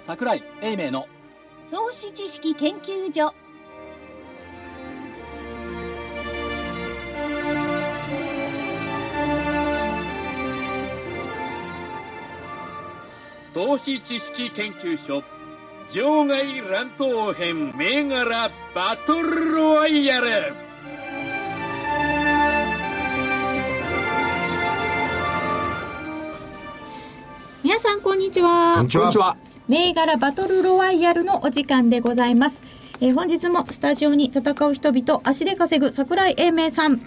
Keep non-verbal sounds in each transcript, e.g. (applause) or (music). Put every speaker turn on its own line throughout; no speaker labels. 桜井英明の
投資知識研究所
投資知識研究所場外乱闘編銘柄バトルロワイヤル
皆さんこんにちは
こんにちは
銘柄バトルロワイヤルのお時間でございます、えー本日もスタジオに戦う人々足で稼ぐ桜井英明さん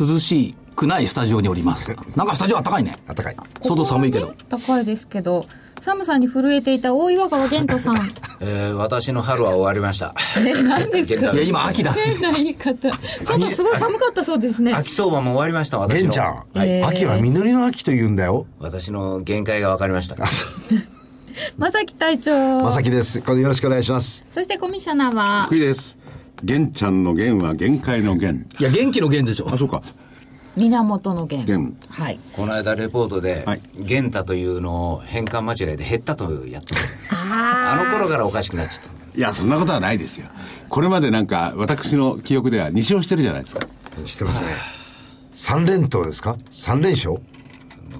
涼しくないスタジオにおりますなんかスタジオあったかいね
暖かい。
外寒いけど、
高いですけど寒さに震えていた大岩川玄太さん
えー私の春は終わりました。何ですか
いや今秋だって
変な言い方外すごい寒かったそうですね
秋相場も終わりました、私の。
玄ちゃん、
はい。
えー
秋は実りの秋と言うんだよ。
私の限界が分かりました。
正木隊長
まさきです。これよろしくお願いします。
そしてコミッショナーは
福井です。玄ちゃんの玄は限界の玄。
いや元気の元でしょ
あ、そうか。
源の源
玄。
はい
この間レポートで
はい、
玄太というのを変換間違えて減ったとやった。あの頃からおかしくなっちゃった。
いや、そんなことはないですよ。これまでなんか、私の記憶では2勝してるじゃないですか。
知ってますね。三連投ですか三連勝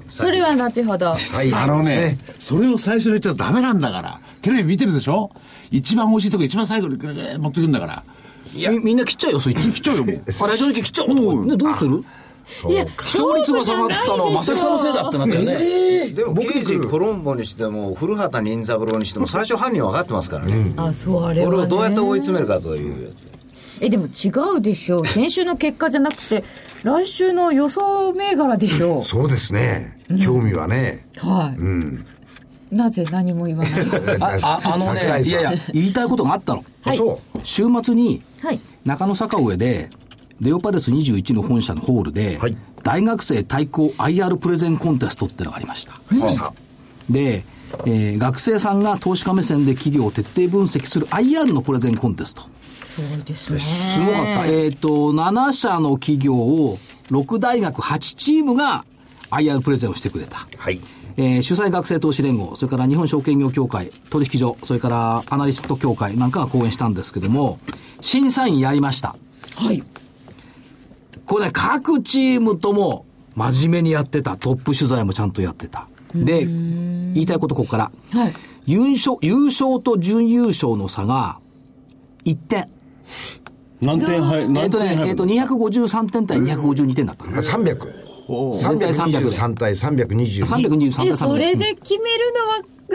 それは後ほど
はい
あのね、それを最初に言っちゃダメなんだから。テレビ見てるでしょ一番美味しいとこ一番最後にグーグー持ってくんだから。
みみんな切っちゃうよスイッチ
切っちゃうよ、もう。
あれ正直切っちゃおうとかねどうする
そう。
視聴率が下がったのは正木さんのせいだってなっちゃうね、
でも、刑事コロンボにしても、古畑任三郎にしても、最初犯人分かってますからね。
あそうあれ
こ
は、
れ
ね、
をどうやって追い詰めるかというやつで。
えでも違うでしょう先週の結果じゃなくて来週の予想銘柄でしょ
そうですね。興味はね。
うはい、なぜ何も言わない
(laughs)
あああのね
桜井
い
さん
やいや言いたいことがあったの
あそう。
週末に
はい
中野坂上でレオパレス21の本社のホールで、
はい
大学生対抗 IR プレゼンコンテストってのがありました
さ
で、えー学生さんが投資家目線で企業を徹底分析する IR のプレゼンコンテスト
すごいですね
すごかったえっ、と7社の企業を6大学8チームが IR プレゼンをしてくれた
はい。
えー主催学生投資連合、それから日本証券業協会、取引所、それからアナリスト協会なんかが講演したんですけども、審査員やりました。
はい
これね、各チームとも真面目にやってた。トップ取材もちゃんとやってた。で、言いたいことここから。
はい
優勝、優勝と準優勝の差が1点。
何点入
えっ、
何
と
点
ね、
入
えっ、と、253点対252点だったかな。
300。323対
323
322。
対
え
322。
それで決めるのはう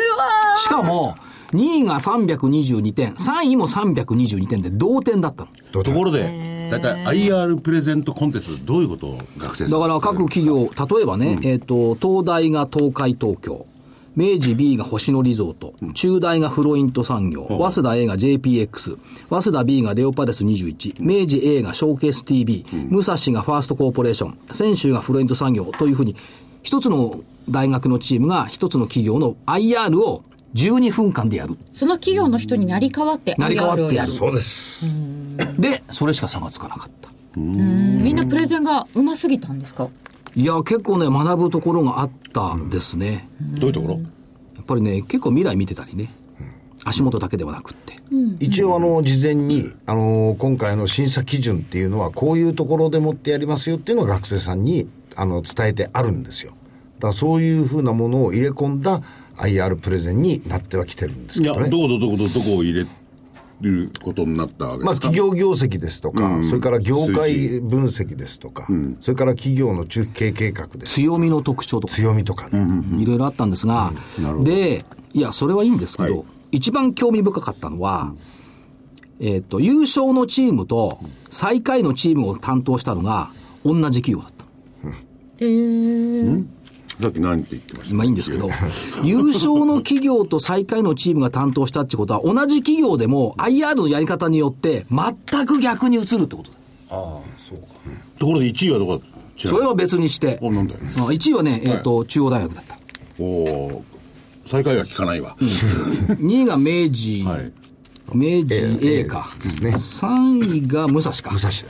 わ
しかも、2位が322点、3位も322点で同点だったの。
どうだ
ところで、だいたい IR プレゼントコンテンツ、どういうことを学生さん
だから各企業、例えばね、えっ、と、東大が東海東京、明治 B が星野リゾート、中大がフロイント産業、早稲田 A が JPX、早稲田 B がレオパレス21、明治 A がショーケース TV、武蔵がファーストコーポレーション、泉州がフロイント産業というふうに、一つの大学のチームが一つの企業の IR を12分間でやる。
その企業の人になり変わって
成り代わってや
IR
る
を。
そうです。
で、それしか差がつかなかった。
うんみんなプレゼンがうますぎたんですか
いや、結構ね、学ぶところがあったんですね。
どういうところ
やっぱりね、結構未来見てたりね。足元だけではなくって。
一応あの、事前に、あの、今回の審査基準っていうのは、こういうところでもってやりますよっていうのを学生さんに、あの、伝えてあるんですよ。だからそういうふうなものを入れ込んだ IR プレゼンになってはきてるんです
い
け
や、
ど
ど
ね。
ことどことどこを入れることになったわけですか
まあ、企業業績ですとか、それから業界分析ですとか、それから企業の中継計画です。
強みの特徴とか、
強みとかね。
いろいろあったんですが、で、いや、それはいいんですけど、
はい
一番興味深かったのは、えっ、と、優勝のチームと最下位のチームを担当したのが、同じ企業だった。
えー、
さっき何って言ってました
まあいいんですけど、優勝の企業と最下位のチームが担当したってことは、同じ企業でも IR のやり方によって、全く逆に移るってことだ。
ところで1位はどこだった
それは別にして、
おなんだよ
1位はね、えっ、と、中央大学だった。
おお最下位は聞かないわ、
2位が明治、
はい
明治 A か。
ですね。
3位が武蔵か
武。蔵です。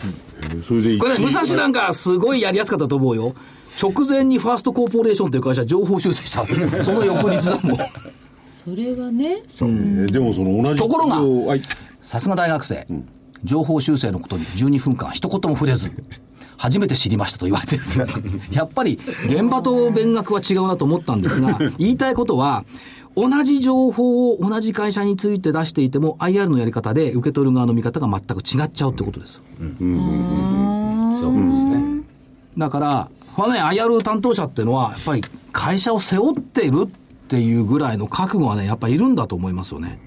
それで1位
これね、武蔵なんかすごいやりやすかったと思うよ。直前にファーストコーポレーションという会社は情報修正したわけ。その翌日だもん。
それはね
そうえでもその同じ
ところが
企業はい
さすが大学生、情報修正のことに12分間一言も触れず、初めて知りましたと言われてるんですよやっぱり現場と勉学は違うなと思ったんですが、言いたいことは、同じ情報を同じ会社について出していても IR のやり方で受け取る側の見方が全く違っちゃうってことです。
そうですね。
だから、まあね、IR 担当者っていうのは、やっぱり会社を背負っているっていうぐらいの覚悟はね、やっぱいるんだと思いますよね。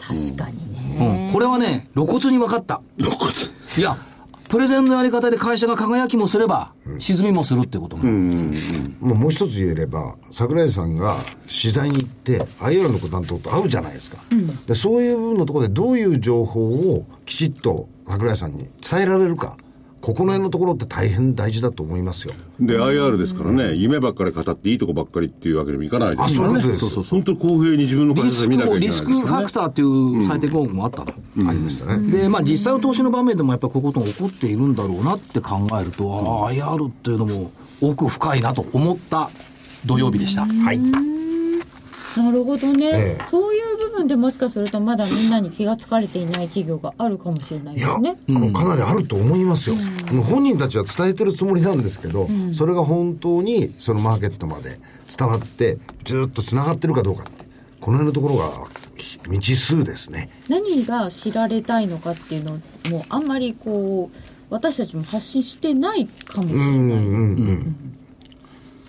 確かにね、
うん、これはね、露骨に分かった。いや、プレゼンのやり方で会社が輝きもすれば、沈みもするってことも。
まあ、もう一つ言えれば桜井さんが取材に行って IR の担当と会うじゃないですか、でそういう部分のところでどういう情報をきちっと桜井さんに伝えられるかここの辺のところって大変大事だと思いますよ
で IR ですからね、夢ばっかり語っていいとこばっかりっていうわけにもいかないですか
あ
ら
そういう
ね
ことです
本当に公平に自分の会
リ
社
ス
さえ
ク
見なきゃ
も
いけ
リ
ない
スクファクターっていう最適項目もあったの。
ありましたね、
で、まあ実際の投資の場面でもやっぱりこういうことが起こっているんだろうなって考えると、ああ、IR っていうのも奥深いなと思った土曜日でした。はい。
なるほどね、
ええ
そういう部分でもしかするとまだみんなに気がつかれていない企業があるかもしれない
い
で
や、
すね
あのかなりあると思いますよ、あの本人たちは伝えてるつもりなんですけど、それが本当にそのマーケットまで伝わってずっとつながってるかどうかってこの辺のところが未知数ですね
何が知られたいのかっていうのもあんまりこう私たちも発信してないかもしれ
う
ない、
んうんうん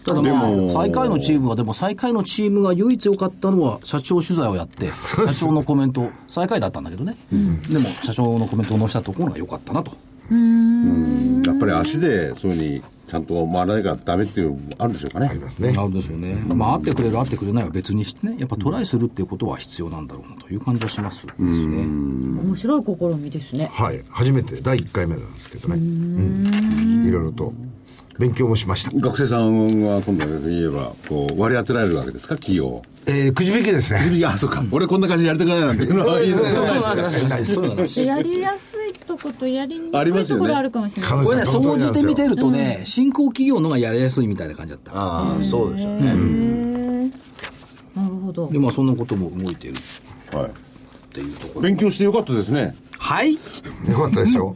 ただまあ
でも、
最下位のチームは、でも最下位のチームが唯一良かったのは、社長取材をや (laughs) って、社長のコメント、最下位だったんだけどね。でも、社長のコメントを載せたところが良かったなと。
うんやっぱり足でそういうふうにちゃんと回らないからダメっていうのもあるんでしょうかね
ありますね
なるですよね。まあ、会ってくれる、会ってくれないは別にしてね、やっぱトライするっていうことは必要なんだろうなという感じはしますですね。
面白い試みですね
はい初めて第1回目なんですけどねうんいろいろと勉強もしました
学生さんは今度は言えばこう割り当てられるわけですか企業を
えーくじ引きですね
いやそうか、俺こんな感じでやりたくないなんていうのはいいですね
そうなんですそうなんです
やりやすいとことやりにく
ありま
い
す
と
よね
ころあるかもしれない、
彼
こ
女
れね、
その
総
通り
じ
なん
て見
です
て
よ
るとね、新興企業のがやりやすいみたいな感じだった。
ああ、そうですよね。
なるほど
で、まあ、そんなことも動いてる。
はい勉強してよかったですね
はいい
よかったですよ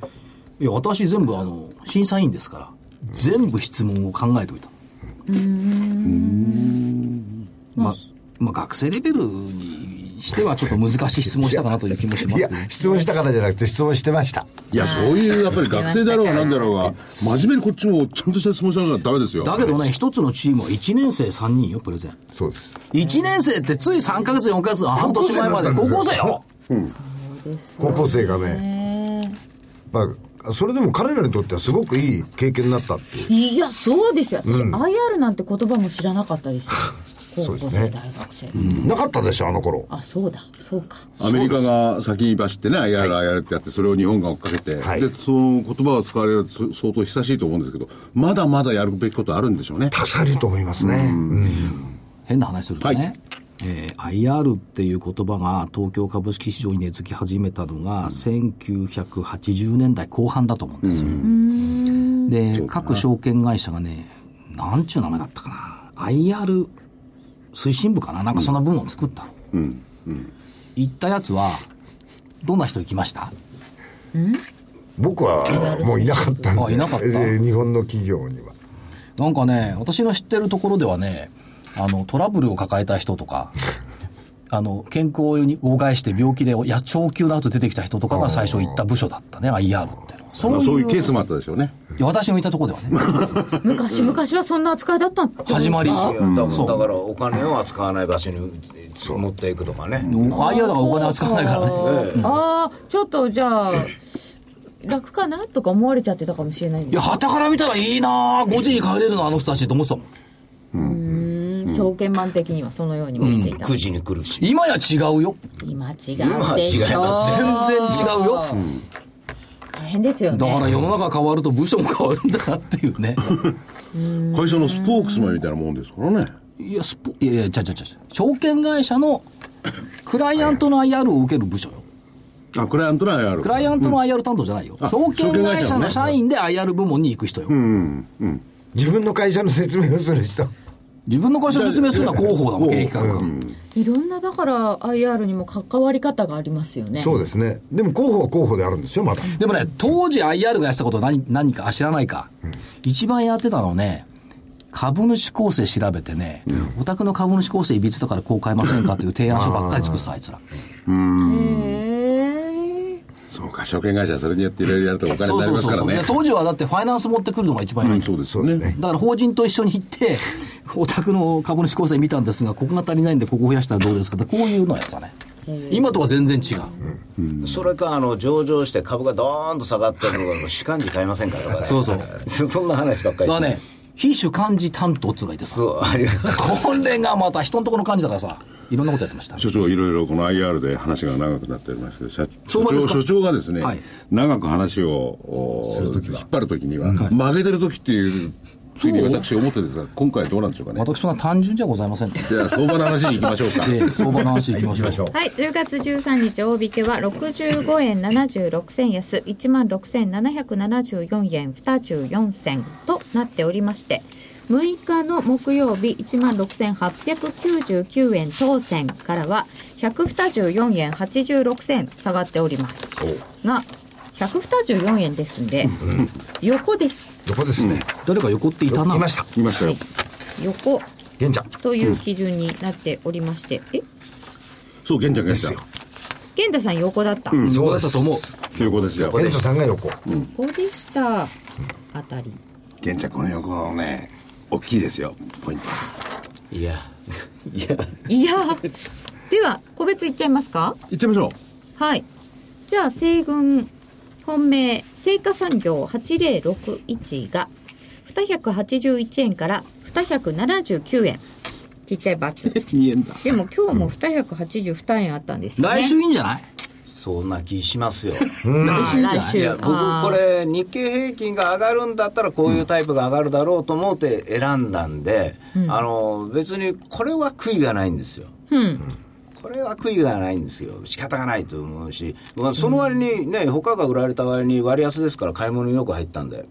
や、私全部、あの、審査員ですから、全部質問を考えておいた。まあ、まあ、学生レベルにしてはちょっと難しい質問したかなという気もしま
い
す
や
けど。
(laughs) 質問したからじゃなくて質問してました
いやそういうやっぱり学生だろうがなんだろうが真面目にこっちもちゃんとした質問しなきゃダメですよ
だけどね、一つのチームは1年生3人よ、プレゼン。
そうです
1年生ってつい3ヶ月、4ヶ月、あ半年前まで高校生よ。
高校生がねまあそれでも彼らにとってはすごくいい経験になったっていう
いやそうですよ私、IR なんて言葉も知らなかったですよ
そ
高校
うです
生、
ね
大学生、
なかったでしょあの頃
あそうだそうか
アメリカが先に走ってね、IR、IR ってやって、それを日本が追っかけて、
はい
で、その言葉が使われると相当久しいと思うんですけど、まだまだやるべきことあるんでしょうね。
多彩ると思いますねうん
変な話するとね、
はい
えー IR っていう言葉が東京株式市場に根付き始めたのが1980年代後半だと思うんですよ。で、各証券会社がね、なんちゅう名前だったかな。IR 推進部かななんかそんな分を作ったの。うん。行ったやつは、どんな人行きました
僕はもういなかったん
あ
で
いなかった
えー日本の企業には
なんかね、私の知ってるところではね、あの、トラブルを抱えた人とか、 (laughs) あの、健康に誤害して病気で、いや、長休の後出てきた人とかが最初行った部署だったね、IR ってのは。そ
まあ
う
そう
い
いう
う、
ケースもあったでしょうね。
いや私のいたところではね、
昔昔はそんな扱いだったん
始まり。
いやだ
そ
か
う
らだからお金を扱わない場所に持っていくとかね。
IR がお金扱わないからね。
ああちょっとじゃあ楽かなとか思われちゃってたかもしれないん
い
で
や、
す
旗から見たらいいなぁ、5時に帰れるの、あの人たちと思ってたもん。
うん証券マン的にはそのようにも見ていた、
9時に来るし。
今や違うよ。
今違うでしょ
今は違います
全然違うよ
大変ですよね
だから世の中変わると部署も変わるんだなっていうね。
会社のスポークスマンみたいなもんですからね。
いや、スポ、いやいや、ちゃうちゃうちゃう証券会社のクライアントの IR を受ける部署よ。
あ、クライアントの IR。
クライアントの IR 担当じゃないよ。
あ
証券会社の
証
社員で IR 部門に行く人よ。
自分の会社の説明をする人
自分の会社を説明するのは広報だもん、
い
経営
やいや
企画が。
いろんなだから IR にも関わり方がありますよね
そうですね。でも候補は候補であるんですよ、まだ。
でもね、当時 IR がやってたこと何何か知らないか、一番やってたのね、株主構成調べてね、お宅の株主構成いびつだからこう変えませんかという提案書ばっかり作ってた、あいつら。
へえ
そうか、証券会社はそれによっていろいろやるとお金に
そう
なり
そう
ます
そう
から
そう。
ね
で。当時はだってファイナンス持ってくるのが一番偉い。
うんそうですよね。
だから法人と一緒に行って、お宅の株主構成見たんですが、ここが足りないんで、ここ増やしたらどうですかって、こういうのやつだね。今とは全然違う。
それかあの上場して株がドーンと下がってるのが主幹事買いませんかとかね
そうそう
(laughs) そそんな話ばっ
だ
かり
か
し
ら
て
ね、非主幹事担当っつうのがいてさ、
そうありがとう
これがまた人のところの幹事だからさ、いろんなことやってました。
所長いろいろこの IR で話が長くなっておりますけど社
そう
所
なんです
長
か
所長がですね、
はい
長く話をお引っ張るときには、曲げてるときっていうふうに私思ってるんですが今回どうなんでしょうかね
私そんな単純じゃございませんね。
じゃあ相場の話に行きまし
(laughs)
ょうか
で、相場の話いきましょう。
はい10月13日大引けは65円76銭安1万6774円24銭となっておりまして6日の木曜日1万6899円当選からは124円86銭下がっておりますが124円ですんで横です
横ですね。
誰か横っていたな。
いました。
いましたよ
横
玄ちゃん。
という基準になっておりまして、え
そう玄ちゃんが言っ
です
た
よ
源太さん横だった、
横だったと思う。
ということですよ
玄ちゃんさんが横。
横でしたあたり
玄ちゃんこの横のね大きいですよポイント
いやいや
いやでは個別いっちゃいますか
行っちゃいましょう
はいじゃあ西軍本命成果産業8061が281円から279円ちっちゃいバツ
2円だ
でも今日も282円あったんですよね
来週いいんじゃない
そんな気しますよ
来週いいんじゃ
来
な
週
い
いや
あー
僕これ日経平均が上がるんだったらこういうタイプが上がるだろうと思って選んだんで、あの別にこれは悔いがないんですよ
うん
これは悔いがないんですよ仕方がないと思うし、まあ、その割にね、他が売られた割に割安ですから買い物によく入ったんで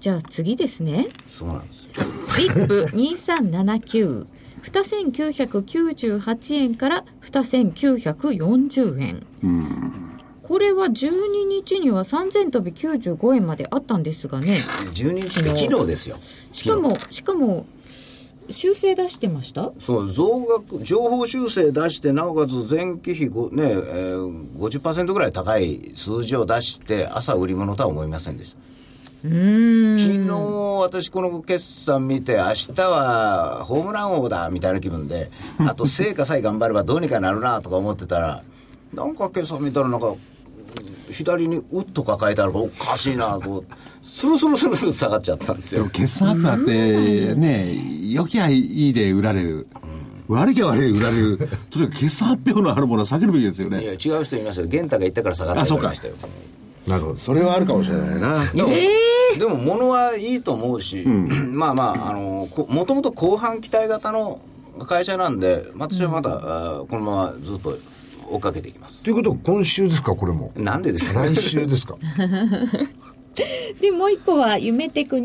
じゃあ次ですね
そうなんですよ
リップ2379 2998円から2940円これは12日には3000飛び95円まであったんですがね
12日って昨日ですよ
しかもしかも修正出してました
そう増額情報修正出してなおかつ前期比ご、ねえー、50%ぐらい高い数字を出して朝売り物とは思いませんでした
うーん
昨日私この決算見て明日はホームラン王だみたいな気分であと成果さえ頑張ればどうにかなるなとか思ってたらなんか今朝見たらなんか左に「うっ」とか書いてあるからおかしいなと思ってスルスルスルスル下がっちゃったんです
で
よ
も決算アップだって、ね、良きゃいいで売られる。悪きゃ悪いで売られる。とにかく決算発表のあるものは避けるべきですよ
いや違
ね。
う人いますよ源太が言ったから下がった人いましたよ
なるほど。
それはあるかもしれないな
でも,、 (laughs) でも物はいいと思うし、 (clears throat) まあまああのこもともと後半期待型の会社なんで私はまだ、あーこのままずっと追っかけていきます
ということは今週ですか、これも。
なんでですか
来週ですか。
でもう一個は夢テク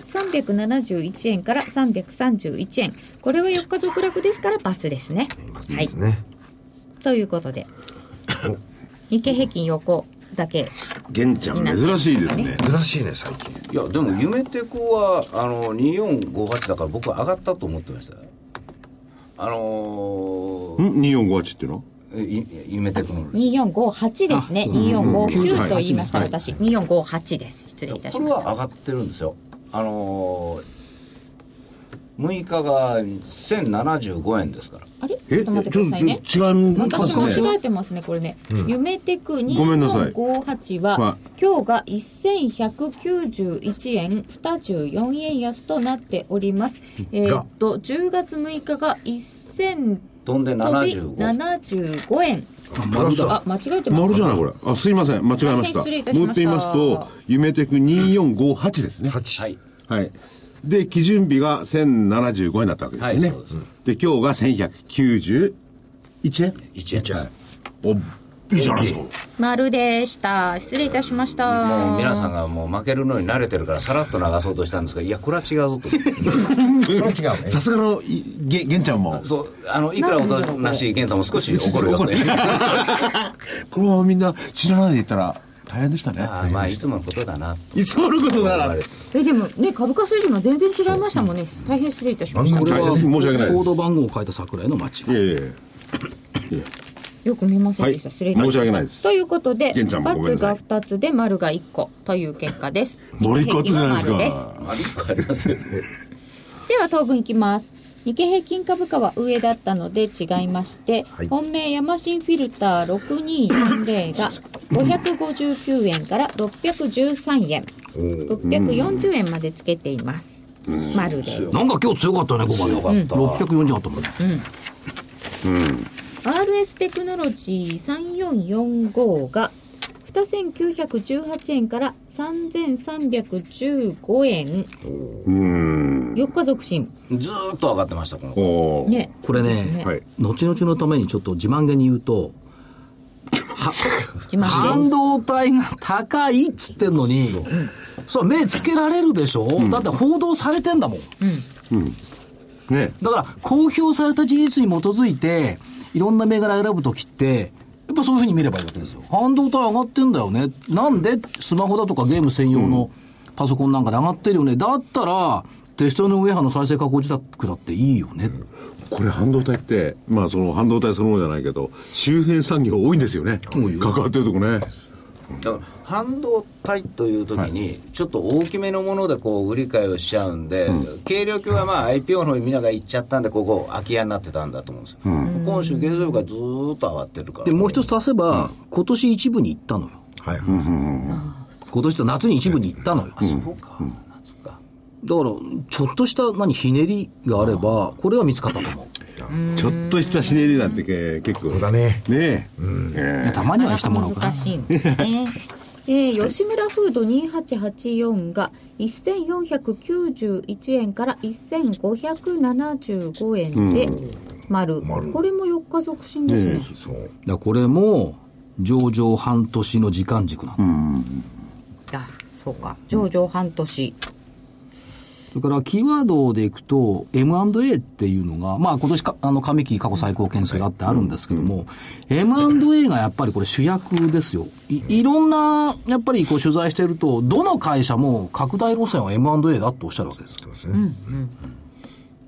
2459371円から331円これは4日続落ですから×ですねはい
ですね。
ということで日経平均横だけ
玄ちゃん珍しいですね
珍しいね、最近。
いやでも夢テクはあの2458だから僕は上がったと思ってましたあのー
ん2458っていうの
いい夢テクのルール
2458ですね2459と言いました
はい
私2458です失礼いたし
これ
まし
は上
た
がってるんですよあのー、6日が1075円ですから
あれちょ
え
っと待ってくださいね
ちょっと違い
私
ますね
間違えてますねこれね、夢テク
ごめんなさい
2458は、
は
今日が1191円24円安となっておりますえーっと10月6日が1000
飛んで
飛び
75
75円あ間違えてます
丸じゃないこれあすいません間違えました
大変失礼いたしました
もう一度言いますと夢テク2458ですね
8。
はい
はい。で、基準日が1075円だったわけですよね。
はいそうです
で今日が1191
1
円
円
お、
いいじゃないですか。
丸でした失礼いたしました
もう皆さんがもう負けるのに慣れてるからさらっと流そうとしたんですがいやこれは違うぞと
これ
(laughs)
は違うね
さすがのいげげんちゃんも
そうあのいくらおとなしい健太も少し怒るよね
(laughs)
このままみんな知らないでいったら大変でしたね
ああまあいつものことだない
つものことなら
えでもね株価水準が全然違いましたもんね大変失礼いたしました
これは
申し訳ないです
コード番号を変えた桜井の町
い。やいやいや
よく見ませんでした、
はい
失礼いたしました
申し訳ないです
ということで
玄ちゃんもごめん
×
なさい
が2つで丸が1個という結果です
もう一個あったじゃないです
日経平均は
か。
丸
あれ一個ありますよ
では東軍いきます日経平均株価は上だったので違いまして、本命ヤマシンフィルター6240が559円から613円640円までつけています丸です
なんか今日強かったね、5番
強かった
640あったもんね。
RS テクノロジー3445が2918円から3315円4日続伸
ずーっと上がってましたこの子
おー
ね
これね、後々のためにちょっと自慢げに言うと、
自慢で
半導体が高いっつってんのに、そう目つけられるでしょ、だって報道されてんだもん。
ね
だから公表された事実に基づいて、いろんな銘柄選ぶときって、やっぱそういうふうに見ればいいわけですよ。半導体上がってんだよね。なんでスマホだとかゲーム専用のパソコンなんかで上がってるよね。だったら、テストのウェハの再生加工自宅だっていいよね。
これ半導体ってまあその半導体そのものじゃないけど周辺産業多いんですよね関わってるとこね
だから半導体という時にちょっと大きめのものでこう売り買いをしちゃうんで、軽量級はまあ IPO の方にみんなが行っちゃったんでここ空き家になってたんだと思うんですよ、今週月曜日からずーっと上がってるから
で、もう一つ足せば、今年一部に行ったのよ。
はい
今年と夏に一部に行ったのよ。
そうか、夏か
だから、ちょっとした何、ひねりがあれば、これは見つかったと思う。
ちょっとしたひねりなんてけ結構
そうだね
ねえ
たまには
な
した
か
も
な
の
か
が
難。しいんですね。えー吉村フード2884が1491円から1575円で丸、これも4日続伸ですね
そう
だからこれも、上場半年の時間軸なの。
あそうか上場半年、
それからキーワードでいくと、M&A っていうのが、まあ今年か、あの、上期過去最高件数があってあるんですけども、M&A がやっぱりこれ主役ですよ。いいろんな、やっぱりこう取材してると、どの会社も拡大路線は M&A だとおっしゃるわけです。
ですね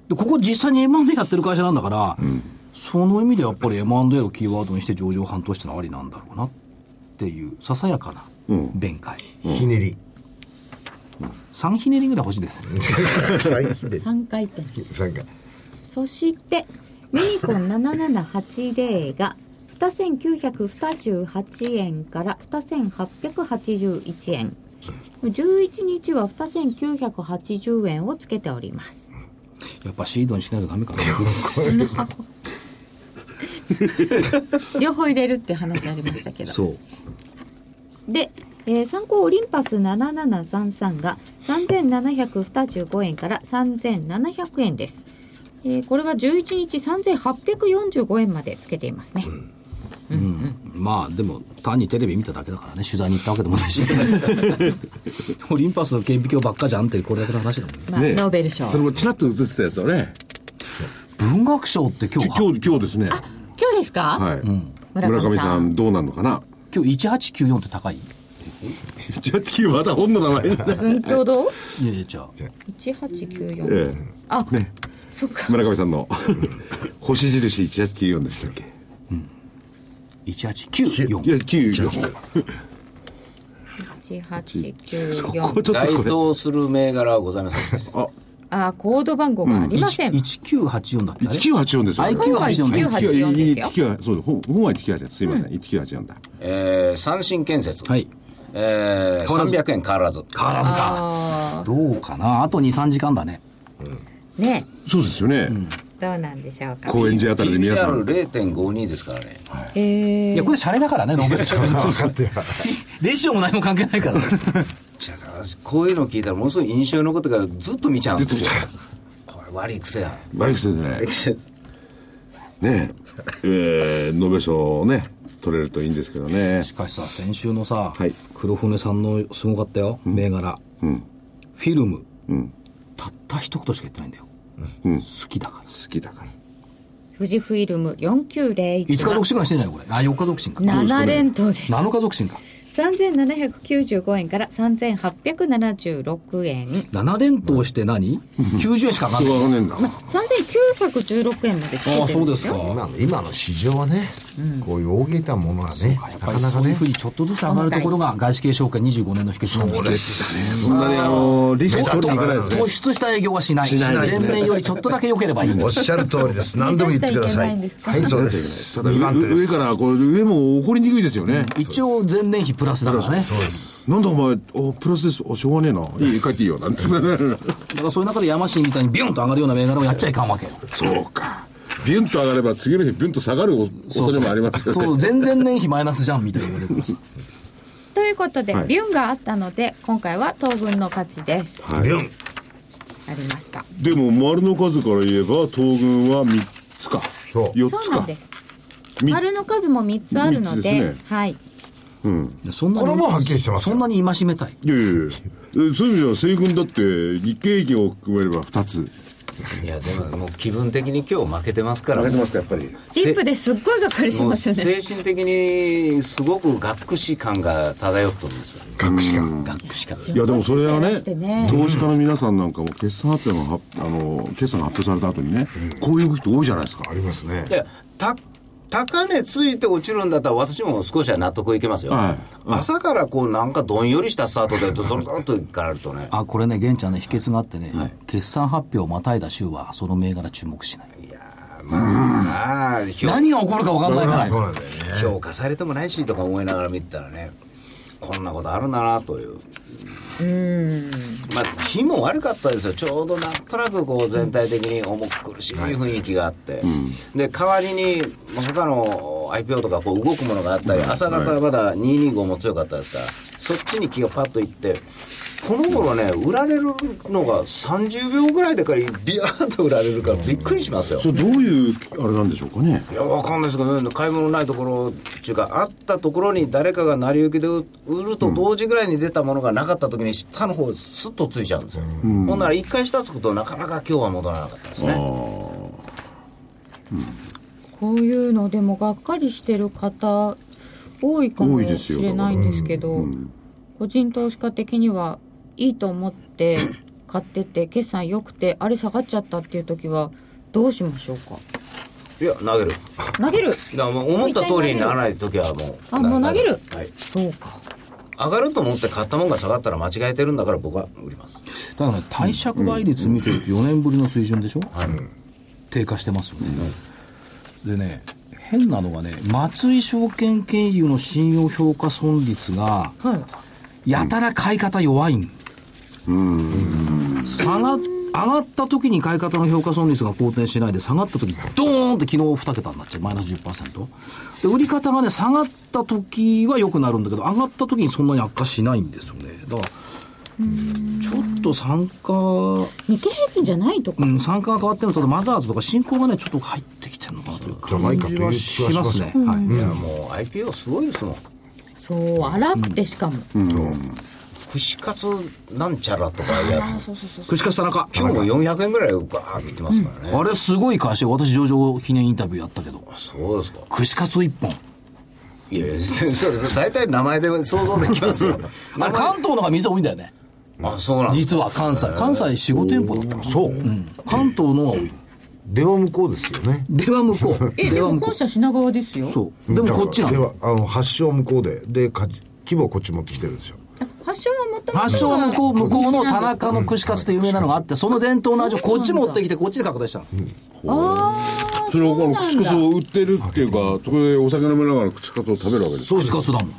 で、ここ実際に M&A やってる会社なんだから、その意味でやっぱり M&A をキーワードにして上場半年ってのはありなんだろうなっていう、ささやかな弁解。
ひねり
3ひねりぐらい欲しいですね。
最ひね
3回転
り三回
そしてミニコン7780が2928円から2881円11日は2980円をつけております
やっぱシードにしないとダメ
(laughs)
かな。
両方入れるって話ありましたけど
そう。
で、えー参考オリンパス7733が3725円から3700円です、えーこれは11日3845円までつけていますね、
まあでも単にテレビ見ただけだからね取材に行ったわけでもないしオリンパスの顕微鏡ばっかじゃんってこれだけの話だもんね
まあ
ねえ
ノーベル賞
それもちらっと映ってたやつをね
文学賞って今日
今日今日ですね
今日ですか、
はい、
村上
村
さん
上さんどうなるのかな
今日1894って高い
ジャッキーまた本の名前になる
文教堂
いやいやじゃあ
1894、
え
あ、そっか
え村上さんの星印1894でしたっけい
1894
や94そこ
1894
ちょっと
該
これ
当する銘柄はございませんでした
あコード番号がありません、
1984だったね
1984ですよ
IQ84 だ
1984
ね
ですよ
1984そう本本は1984ですすいません、1984だ
えー、三振建設、
はい
えー、
変わらず
300円変わらず
変わらずか
あ
どうかなあと23時間だね
ーね
そうですよね、
どうなんでしょうか
高円寺あたりで皆さん
PR0.52 ですからね
えー
いやこれシャレだからねノーベル賞
分か
(laughs)
ってる
レシオも何も関係ないからね
じゃあこういうの聞いたらものすごい印象に残ってからずっと見ちゃうんですよこれ悪い癖や (laughs)
悪い癖ですね
癖です
ねええーノーベル賞ね
取れるといいんですけどね。
しかしさ、先週のさ、
はい
黒船さんのすごかったよ、銘柄。フィルム、
うん。
たった一言しか言ってないんだよ。好きだから。
好きだから。
富士フィルム4901
5日続進かしてんじゃないこれ。あ、4日続進か。
7連投です
7日続進か。
3795円から3876円
7連投して何 ?90 円しか上が
そ
んな
れ
い。
わかんねえんだ。
3916円まで来てるん
ああ、そうですか。
よ
今の今の市場はね、こういう大げたものはね
やっ
な
ぱ
か
り
な
そ
か
ういう
ね
ふうにちょっとずつ上がるところが外資系証券25年の引き締めそうです
そんなにあの、リスク取りに行かないですね。
突出した営業はしない。
しないです
前
ね
年よりちょっとだけ良ければいい。
おっしゃる通
(laughs)
りです何でも言ってください
言わなきゃいけ
は
ないん
い
です
そうです
ただ上上からこれ上も起こりにくいですよね、
一応前年比プラスだからね。そうです。
なんだお前おプラスですおしょうがねえない
いい、帰っていい
(laughs)
よ、なんて。
だからそういう中で山新みたいにビュンと上がるような銘柄をやっちゃいかんわけよ。
そうか。ビュンと上がれば次の日ビュンと下がるお恐れもありますよ
と
ね。
前々年比マイナスじゃんみたいな言われるからさ。
ということで、
はい
ビュンがあったので今回は東軍の勝ちです
はい
ありました
でも丸の数から言えば東軍は3つか
そう
4
そ
つ
うな
か
んです
み
丸の数も3つあるので
三つですね
はい
うん
そんなに。
これもうはっきりしてますよ
そんなに戒めたい。
いやいやいやえそういう意味では西軍だって日経平均を含めれば2つ
いやでももう気分的に今日負けてますから
すかやっぱり
リップですっごいがっかりし
も
ま
う
すよね
精神的にすごくがっくし感が漂ってるんですよ
隠し感
がっくし感
いやでもそれは
出
ね
してね
投資家の皆さんなんかも決算発表が発あの決算が発表された後にね、こういう人多いじゃないですか
ありますね
いやた高値ついて落ちるんだったら私も少しは納得いけますよ、
はいはい
朝からこうなんかどんよりしたスタートでドドドドンといかれるとね
あ、これね、玄ちゃんね、秘訣があってね、決算発表をまたいだ週は、その銘柄注目しない。
まあ評
何が起こるか分かんないから。
そうなんだよね
評価されてもないしとか思いながら見てたらねこんなことあるんだなというまあ日も悪かったですよちょうどなんとなくこう全体的に重苦しい雰囲気があって、で代わりにまあ他の IPO とかこう動くものがあったり、朝方はまだ225も強かったですからそっちに気がパッといってこの頃ね売られるのが30秒ぐらいでからビヤーンと売られるからびっくりしますよ
それどういうあれなんでしょうかね
いや、わかんないですけどね、買い物ないところっていうか、あったところに誰かが成り行きで売ると同時ぐらいに出たものがなかったときに、下の方すっとついちゃうんですよ。ほんなら、一回下つくと、なかなか今日は戻らなかったですね。
こういうのでもがっかりしてる方多いかも
多いです
し
よ
れないんですけど個人投資家的にはいいと思って (coughs) 買ってて決算良くてあれ下がっちゃったっていう時はどうしましょうか
いや、投げる。
投げる
だからもう思った通りにならないときはもう。
あもう投げる
はい。
そうか
上がると思って買ったもんが下がったら間違えてるんだから、僕は売ります。
だからね、貸借倍率見てると4年ぶりの水準でしょ、低下してますよね、でね変なのがね松井証券経由の信用評価損率が
はい
やたら買い方弱いん、下が上がった時に買い方の評価損率が好転しないで下がった時ドーンって昨日2桁になっちゃうマイナス10%で売り方がね下がった時は良くなるんだけど上がった時にそんなに悪化しないんですよねだからちょっと参加
日経平均じゃないとか
うん、参加が変わってるのと、マザーズとか進行がね、ちょっと入ってきてるのかなという
じゃない
感
かと
じ
いう気
は
は
し
し
ま
ますす
ね
ね。
はい
いや、もう IPO すごいですもん。
そう荒くてしかも
串カツなんちゃらとかいうやつ。
そうそうそう
串カツ田中。
今日も400円ぐらいバーッ来てますからね。
あれすごい会社、私上場記念インタビューやったけど、
そうですか。
串カツ一本。
いやいや、 (laughs) それ、それ大体名前で想像できますよ。
あ
名
れ
前
関東の方が店多いんだよね。
あ、そうなんです
実は関西。関西4、5店舗だったかな
そう
うん。関東の方が多い。
電話向こうですよね
では向こう。
えで
では
も
向こ
本社品川ですよ
う。そう。でもこっちな
で
の。
はあの発祥向こうででか規模こっち持ってきてるんですよ
発祥はもともと
発祥は向こう、向こうの田中の串カツって有名なのがあって、その伝統の味をこっち持ってきて、こっちで拡大したの。
ああ
それをこの口
そう
カツ
なんだ
を売ってるっていうかそこでお酒飲みながら口カツを食べるわけです
串カツだもん。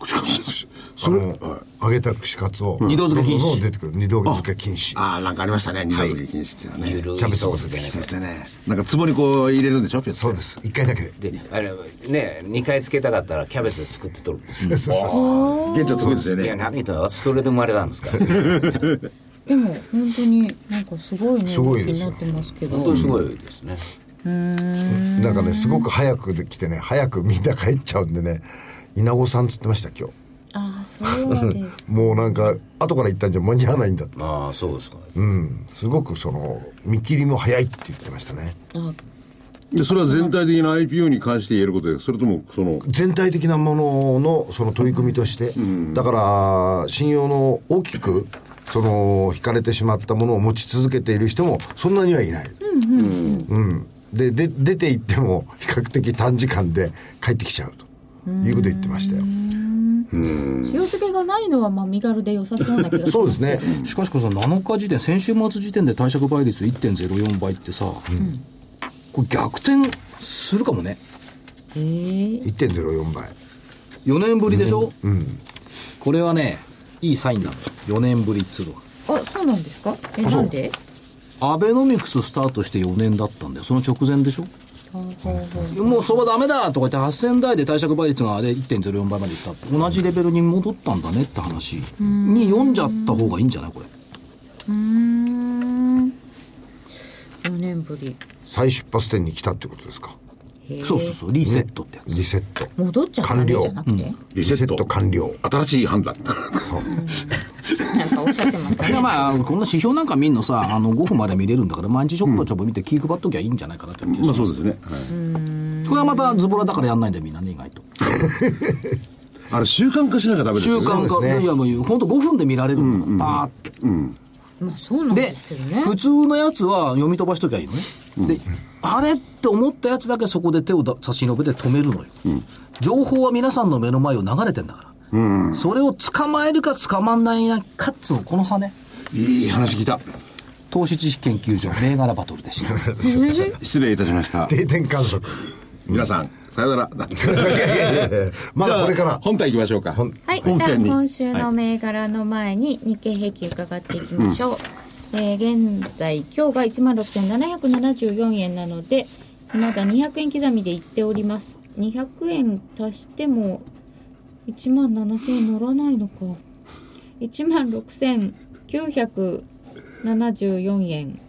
口数です
そ
それ
れ、揚げた串カツを
二度漬け禁止
そう出てくる二度漬け禁止
ああなんかありましたね二度漬け禁止っていうのはね、
ゆる
キャ
い
ベツ
ソ
も
ースでね。
そしてねなんか壺にこう入れるんでしょピュッ
そうです一回だけ
で、あれ、ね、2回つけたかったらキャベツですくって取るんですよ。
そうそうそう
現地は壺ですよ
いや、
ね
何言ったの私それで生まれたんですから。
でも本当になんかすごいね
すごいですよ
動きになってますけど
本当にすごいですね。
なんかねすごく早くできてね早くみんな帰っちゃうんでね稲子さんつってました今日
ああそうです
もうなんか後から行ったんじゃ間に合わないんだって
まあそうですか、
うんすごくその見切りも早いって言ってましたね
でそれは全体的な IPO に関して言えることですそれともその
全体的なもののその取り組みとして、だから信用の大きくその引かれてしまったものを持ち続けている人もそんなにはいない、うんでで出て行っても比較的短時間で帰ってきちゃうということ言ってましたよ
塩漬けがないのはまあ身軽で良さそうな気がし
そうですね
しかしこれさ7日時点先週末時点で貸借倍率1.04倍ってさ、これ逆転するかもね
1.04倍
4年ぶりでしょ、これはねいいサインなのよ4年ぶりっつうのは
あそうなんですかえなんで
アベノミクススタートして4年だったんだよその直前でしょもうそばダメだとか言って8000台で貸借倍率がで1.04倍までいった同じレベルに戻ったんだねって話に読んじゃった方がいいんじゃないこれ
うーん4年ぶり
再出発点に来たってことですか
そうそうそうリセットってやつ、
リセット
戻っちゃったね
完了
じゃなくて、
リセット完了
新しい判断。
なんかおっしゃってました
(laughs) いや
ね
まあこんな指標なんか見んのさあの5分まで見れるんだから毎日ちょこちょこ見て気配っときゃいいんじゃないかなって、
(laughs) まあそうですね、はい
これはまたズボラだからやんないんだよみんなね意外と
あれ習慣化しなきゃダメです
習
よね
慣
そう
化、
ですね
いやもう本当5分で見られるんだから、パーって
まあそうなん
で
ですけどね
普通のやつは読み飛ばしときゃいいのね、であれって思ったやつだけそこで手をだ差し伸べて止めるのよ、情報は皆さんの目の前を流れてんだから、それを捕まえるか捕まんないかっつうのこの差ね
いい話聞いた
投資知識研究所銘柄バトルでした
失礼いたしました
定点観測
皆さん、さよな
(laughs)
ら。
(laughs) まだこれから
本体行きましょうか
はい、
本
さあ
編に
今週の銘柄の前に日経平均伺っていきましょう、えー現在今日が1万6774円なのでまだ200円刻みでいっております200円足しても1万7000円乗らないのか1万6974円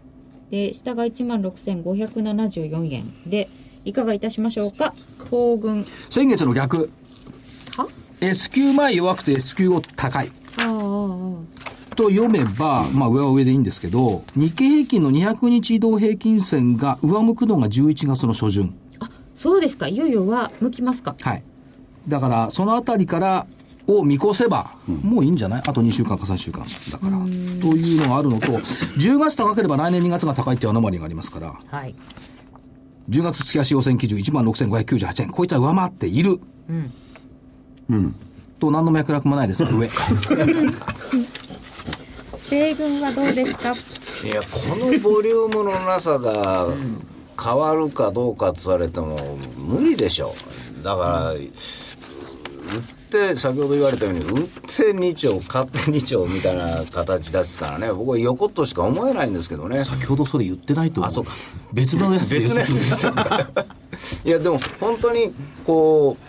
で下が1万6574円でいかがいたしましょうか東軍
先月の逆
は
S q 前弱くて S q 後高い
ああああ
と読めば、まあ上は上でいいんですけど、日経平均の200日移動平均線が上向くのが11月の初旬。
そうですか、いよいよは向きますか。
はい。だから、そのあたりから、を見越せば、もういいんじゃないあと2週間か3週間だから。というのがあるのと、10月高ければ来年2月が高いっていうアノマリーがありますから、
はい。
10月月足要線基準16,598円。こいつは上回っている。うん。うん。と、何の脈絡もないですが、 (laughs) 上。
西軍はどうですか。
いやこのボリュームのなさが変わるかどうかって言われても無理でしょうだから、売って先ほど言われたように売って2兆買って2兆みたいな形ですからね僕は横としか思えないんですけどね
先ほどそれ言ってないと思う。
あそうか。
別のやつで
別のやつ
(laughs)
でした (laughs) かいやでも本当にこう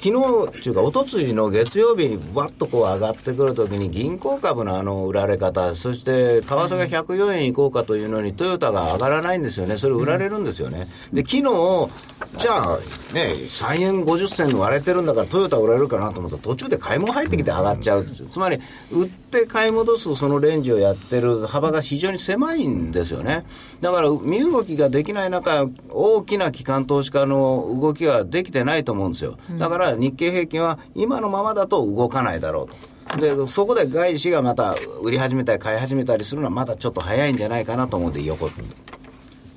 昨日っていうか一昨日の月曜日にバッとこう上がってくるときに銀行株のあの売られ方そして為替が104円いこうかというのにトヨタが上がらないんですよねそれ売られるんですよねで昨日じゃあね3円50銭割れてるんだからトヨタ売られるかなと思ったら途中で買い物入ってきて上がっちゃうつまり売って買い戻すそのレンジをやってる幅が非常に狭いんですよねだから身動きができない中大きな機関投資家の動きはできてないと思うんですよだから日経平均は今のままだと動かないだろうと。でそこで外資がまた売り始めたり買い始めたりするのはまだちょっと早いんじゃないかなと思うんで横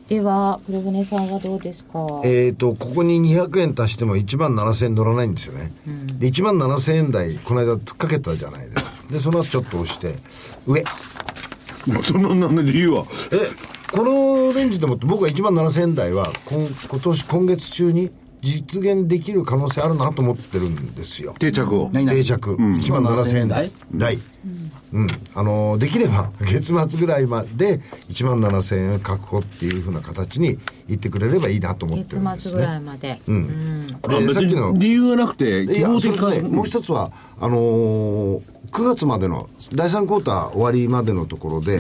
では、黒船さんはどうですか。
えー、とここに200円足しても1万7000円乗らないんですよね、で1万7000円台この間突っかけたじゃないですかでその後ちょっと押して上
そんなの理由は
えこのレンジでもって僕は1万7000円台は今今年今月中に実現できる可能性あるなと思ってるんですよ
定着を
何々
定着、1万7000円台台、うんあのできれば月末ぐらいまで1万7000円確保っていうふうな形にいってくれればいいなと思っ
月
てるんです
末
ね
ぐらいまで。うん。
あ
で
別
さっきの
に理由がなくて
い
希
や
望
それ
的
と
な
ね、もう一つはあのー、9月までの第3クォーター終わりまでのところで、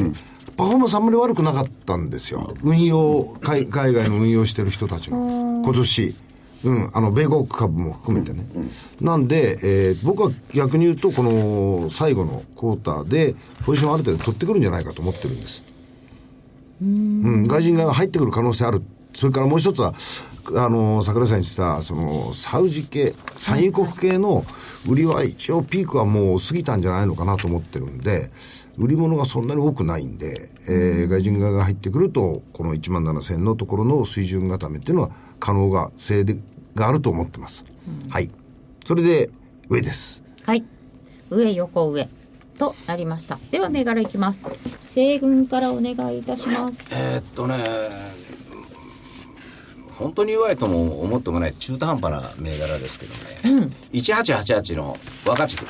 パフォーマンスあんまり悪くなかったんですよ。運用、海海外の運用してる人たちも、今年。うん、あの、米国株も含めてね。なんで、えー僕は逆に言うと、この最後のクォーターで、ポジションある程度取ってくるんじゃないかと思ってるんです。うん、外人が入ってくる可能性ある。それからもう一つは、あの、桜井さんに言ってた、その、サウジ系、産油国系の売りは一応ピークはもう過ぎたんじゃないのかなと思ってるんで、売り物がそんなに多くないんで、えー外人側が入ってくると、この1万7000のところの水準固めっていうのは可能が、性で、があると思ってます。はい。それで、上です。
はい上横上となりましたでは銘柄いきます西軍からお願いいたします
えーっとね本当に弱いとも思ってもない中途半端な銘柄ですけどね、1888の若地区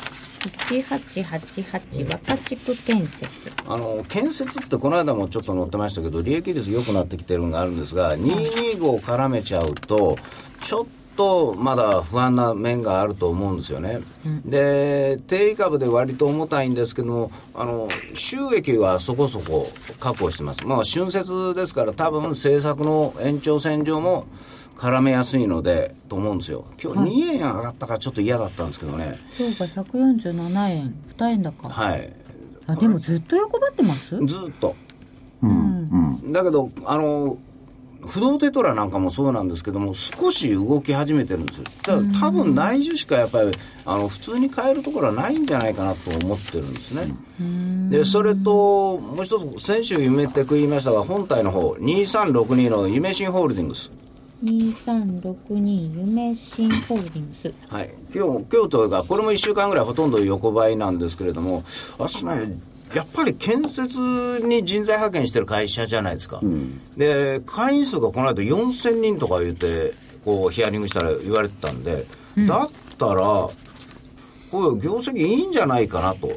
1888若地区建設
あの建設ってこの間もちょっと載ってましたけど利益率良くなってきてるのがあるんですが225を絡めちゃうとちょっとまだ不安な面があると思うんですよね、で定位株で割と重たいんですけどもあの収益はそこそこ確保してますまあ春節ですから多分政策の延長線上も絡めやすいのでと思うんですよ今日2円上がったからちょっと嫌だったんですけどね
今日が147円2円高、
はい
あでもずっと横ばってます
ずーっと、だけどあの不動テトラなんかもそうなんですけども少し動き始めてるんですよただ多分内需しかやっぱりあの普通に買えるところはないんじゃないかなと思ってるんですねでそれともう一つ先週夢テク言いましたが本体の方2362の夢新ホールディングス
2362夢新ホールディングス
はい、今日今日というか、これも1週間ぐらいほとんど横ばいなんですけれども、私ね、やっぱり建設に人材派遣してる会社じゃないですか、で会員数がこの間4000人とか言って、こうヒアリングしたら言われてたんで、だったら、こう業績いいんじゃないかなと。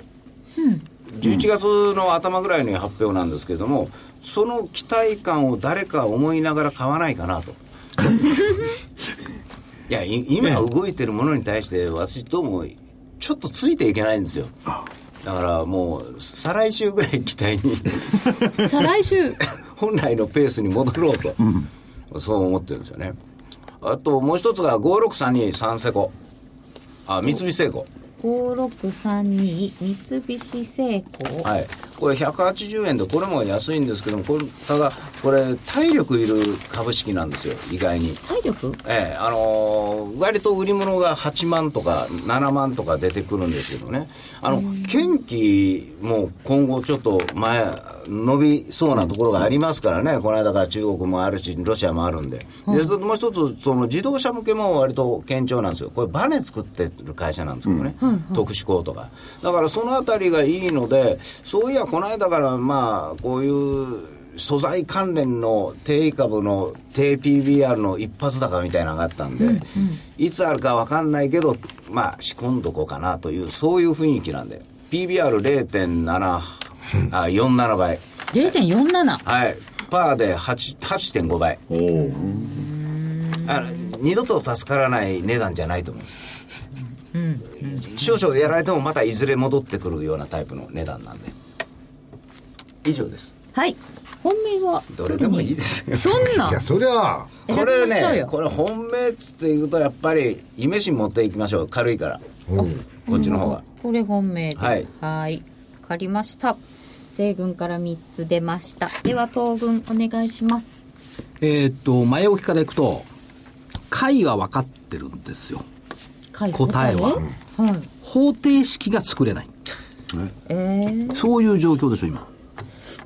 11月の頭ぐらいに発表なんですけれども、その期待感を誰か思いながら買わないかなと。いや、い今動いてるものに対して、私どうも、ちょっとついていけないんですよ。だからもう、再来週ぐらい期待に、 (laughs)
再来週
本来のペースに戻ろうと、そう思ってるんですよね。あともう一つが、5632三セコ。あ、三菱製鋼。
5632三菱製鋼、
はい、これ180円でこれも安いんですけどもこれただこれ体力いる株式なんですよ意外に
体力
ええあのー割と売り物が8万とか7万とか出てくるんですけどねあの近畿も今後ちょっと前伸びそうなところがありますからね、この間から中国もあるしロシアもあるんで,、でそれともう一つその自動車向けも割と堅調なんですよこれバネ作ってる会社なんですけどね、特殊鋼とかだからそのあたりがいいのでそういやこの間からまあこういう素材関連の低株の低 PBR の一発高みたいなのがあったんで、いつあるか分かんないけど、まあ、仕込んどこうかなという、そういう雰囲気なんで、PBR0.7、あ47倍、
0.47
はい、パーで8 8.5倍あの、二度と助からない値段じゃないと思うんです。少々やられてもまたいずれ戻ってくるようなタイプの値段なんで以上です
はい本命は
どれでもいいですよ
そんない
や、そりゃ、
これ
選びましょう
ね
よ
これ本命っつって言うとやっぱりイメシン持っていきましょう軽いからこっちの方が
これ本命では
はいい
いわかりました西軍から3つ出ましたでは東軍お願いします
えーっと、前置きからいくと、解は分かってるんですよ。
解放
答えは
はい
方程式が作れない。
えー、
そういう状況でしょ、今。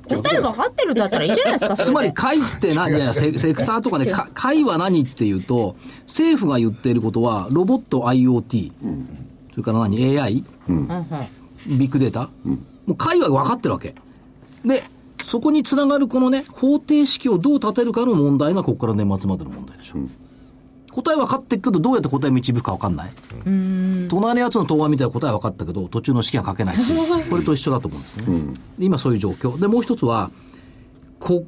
答え分かってるだったらいいじゃないですかそれで
つまり、解って何、いやいや、セセクターとかで、か解は何っていうと、政府が言っていることは、ロボット IoT、それから何、AI、
うんうん
ビッグデータ、もう解は分かってるわけ。で、そこにつながるこのね、方程式をどう立てるかの問題が、ここから年末までの問題でしょ。答え分かってるけど、どうやって答え導くか分かんない。隣のやつの答案みたいな答えは分かったけど、途中の式 (laughs) は書けないっていう。これと一緒だと思うんですね。で今そういう状況。で、もう一つは、こ、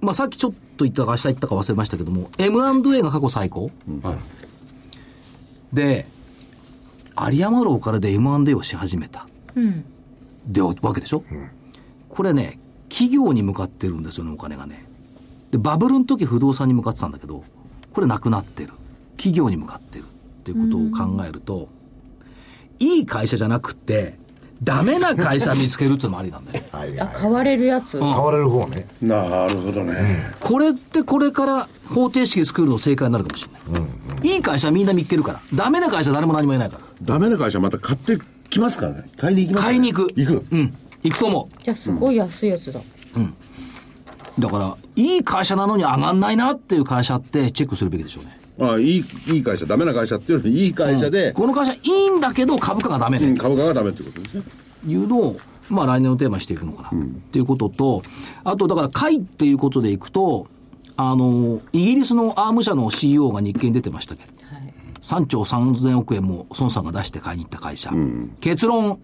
まあ、さっきちょっと言ったか明日言ったか忘れましたけども、M&A が過去最高。で、有り余るお金で M&A をし始めた。
うん
でわけでしょ、これね企業に向かってるんですよね、お金がね。で、バブルの時不動産に向かってたんだけど、これなくなってる。企業に向かってるっていうことを考えると、いい会社じゃなくって、ダメな会社見つけるっていうのもありなんだよ。
あ買われるやつ、
買われる方ね。
なるほどね。
これってこれから方程式で作るの正解になるかもしれない。いい会社みんな見っけるから。ダメな会社誰も何も言えないから。
ダメな会社また買ってきますからね。買いに行きますか
買
ら
い
ね、
に行く。
行く。
うん。行くと思
じゃあすごい安いやつだ、
う。だから、いい会社なのに上がんないなっていう会社ってチェックするべきでしょうね。
ああいい、いい会社、ダメな会社っていうより、いい会社で、
この会社いいんだけど株価がダメ
う
ね
ん、。株価がダメってことですね。
いうのを、まあ来年のテーマにしていくのかな、っていうことと、あとだから会っていうことでいくと、あの、イギリスのアーム社の CEO が日経に出てましたけど、
はい、
3兆3000億円も孫さんが出して買いに行った会社。結論、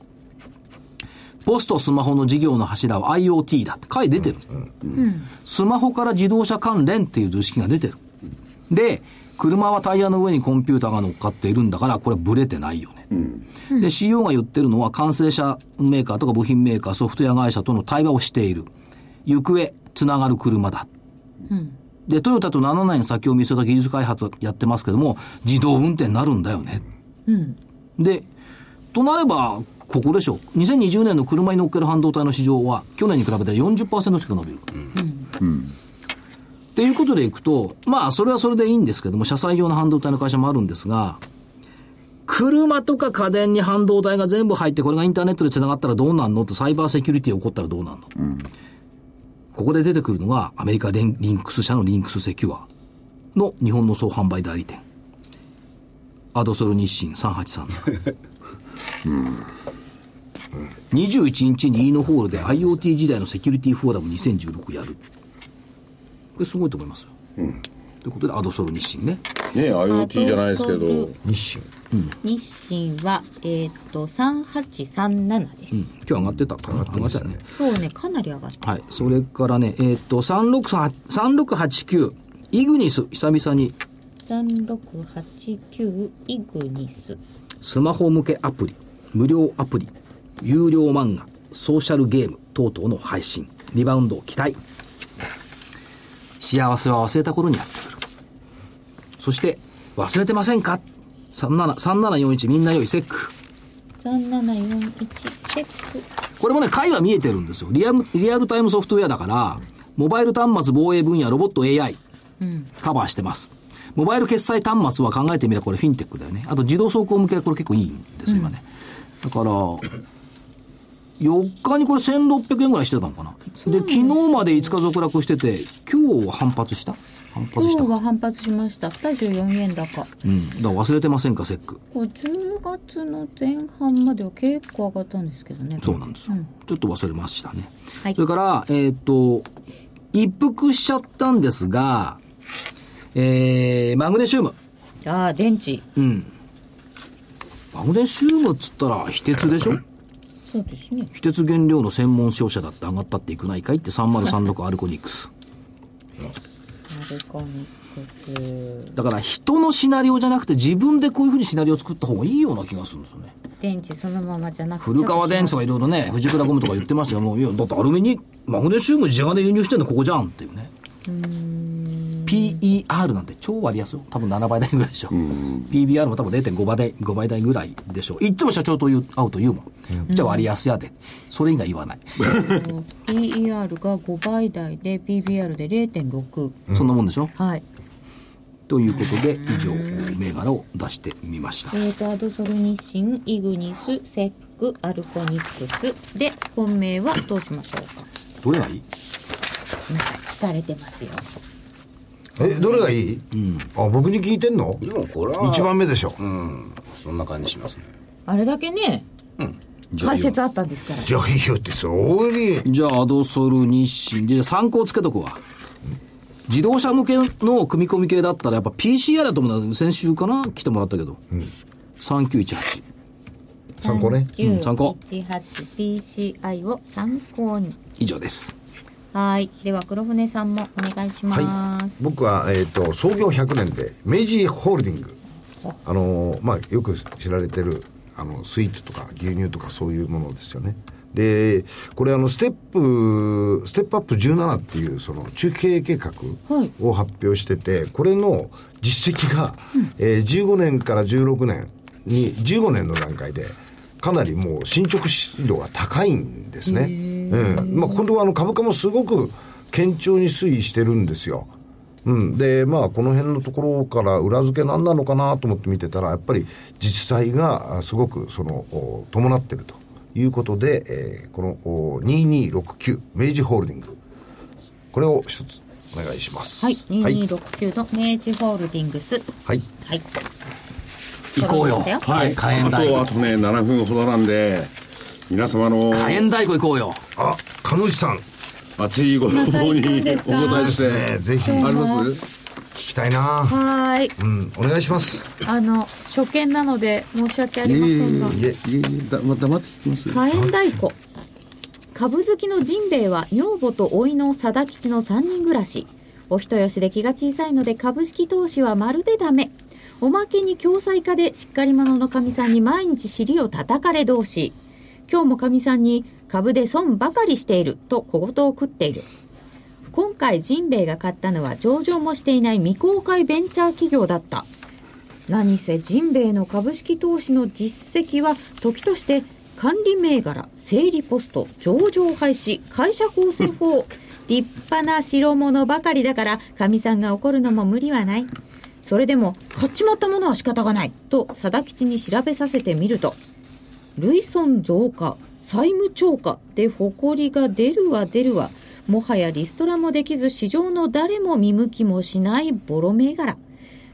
ポストスマホの事業の柱は IoT だって会出てる、スマホから自動車関連っていう図式が出てる。で、車はタイヤの上にコンピューターが乗っかっているんだから、これはブレてないよね。で、CEO が言ってるのは、完成車メーカーとか部品メーカー、ソフトウェア会社との対話をしている。行方、つながる車だ。で、トヨタと7年先を見据えた技術開発やってますけども、自動運転になるんだよね。で、となれば、ここでしょ。2020年の車に乗っける半導体の市場は、去年に比べて40%近く伸びる。っていうことでいくと、まあ、それはそれでいいんですけども、車載用の半導体の会社もあるんですが、車とか家電に半導体が全部入って、これがインターネットで繋がったらどうなんのと、サイバーセキュリティ起こったらどうなんの、ここで出てくるのが、アメリカリンリンクス社のリンクスセキュアの日本の総販売代理店。アドソル日清3837。21日にイーノホールで IoT 時代のセキュリティフォーラム2016やる。これすごいと思いますよ。ということで、アドソル日清ね。
ねえ IoT じゃないですけど、
日清。
日清はえーっと3837です、
今日上がってたかな上がってたね。
今日ねかなり上がった
はい。それからね、えーっと、3638 3689、イグニス、久々に
3689イグニス
スマホ向けアプリ、無料アプリ、有料漫画、ソーシャルゲーム等々の配信、リバウンドを期待。幸せは忘れた頃にやってくる。そして、忘れてませんか ?37、3741みんな良いセック。
3741チェック
これもね、回は見えてるんですよ。リアル、リアルタイムソフトウェアだから、モバイル端末防衛分野ロボット AI、カバーしてます。モバイル決済端末は考えてみればこれフィンテックだよね。あと自動走行向けはこれ結構いいんですよ、今ね。だから、4日にこれ1600円ぐらいしてたのかな。で、昨日まで5日続落してて、今日は反発した反発した。
今
う
日は反発しました24円高
ん。だから忘れてませんか、セック。
こう10月の前半までは結構上がったんですけどね
そうなんですよ、ちょっと忘れましたね。
はい
それから、えーっ、と、一服しちゃったんですが、えー、マグネシウム。
ああ電池
うん。マグネシウムっつったら、非鉄でしょ
そうですね
非鉄原料の専門商社だって上がったっていくないかいって3036アルコニックス。
アルコミックス
だから人のシナリオじゃなくて自分でこういうふうにシナリオ作った方がいいような気がするんですよね。
電池そのままじゃなくて
古川電子とかいろいろ (laughs) ね、藤倉ゴムとか言ってましたけども、いや、だってアルミにマグネシウム自社で輸入してんのここじゃんっていうね。PER なんて超割安よ。多分7倍台ぐらいでしょ。PBR も多分0.5倍台、5倍台ぐらいでしょ。いっつも社長と言う会うと言うもん。じゃあ割安やで。それ以外言わない。
PER が5倍台で PBR で0.6、
そんなもんでしょ。
はい
ということで、以上、銘柄を出してみました。
えー、とアドソルニシンイグニスセックアルコニックスで本命はどうしましょうか
どれがいい
なんか聞かれてますよ
え、どれがいいあ、僕に聞いてんの
でもこれは
一番目でしょ。
うんそんな感じしますね
あれだけね解説あったんですから
じゃあいいよって、それ、大いに。
じゃあ、アドソル日清で、じゃあ参考つけとくわ。自動車向けの組み込み系だったら、やっぱ PCI だと思うんだ先週かな来てもらったけど。3918。
参考ね
うん参考
3918PCI を参考に
以上です。
はいでは黒船さんもお願いします、
僕は、えっ、と、創業100年で、明治ホールディング。あのーまあ、よく知られてる、あの、スイーツとか牛乳とかそういうものですよね。で、これあの、ステップ、ステップアップ17っていう、その、中期経営計画を発表してて、これの実績が、えー15年から16年に、15年の段階で、かなりもう進捗度が高いんですね。うん。まあ、これはあの、株価もすごく堅調に推移してるんですよ。うん、で、まあ、この辺のところから裏付け何なのかなと思って見てたら、やっぱり実際があすごくそのお伴ってるということで、えーこのお2269、明治ホールディング、これを一つお願いします。
はい、
はい。
2269の明治ホールディングス。
はい
はい。
行こうよ
揃いましたよ
はい。
火炎
あ
大
と、あ
鼓
とね、7分ほどなんで、皆様の
火炎太鼓行こうよ
あ、かのじさん、聞
熱いご要望にお答
ま
えし
た行くんですか
て、
ぜひ
あります
きたいな
はーい。
うん、お願いします。
あの、初見なので申し訳ありませんが。
いえ、
いえいえだま黙って聞きますよ
火炎太鼓。株好きのジンベエは女房と甥の貞吉の3人暮らし。お人よしで気が小さいので株式投資はまるでダメ。おまけに共済家でしっかり者のかみさんに毎日尻を叩かれ同士。今日もかみさんに株で損ばかりしていると小言を食っている。今回ジンベエが買ったのは上場もしていない未公開ベンチャー企業だった。何せジンベエの株式投資の実績は時として管理銘柄整理ポスト上場廃止会社構成法立派な代物ばかりだからかみさんが怒るのも無理はないそれでも買っちまったものは仕方がないと貞吉に調べさせてみると累損増加債務超過で誇りが出るわ出るわもはやリストラもできず市場の誰も見向きもしないボロ銘柄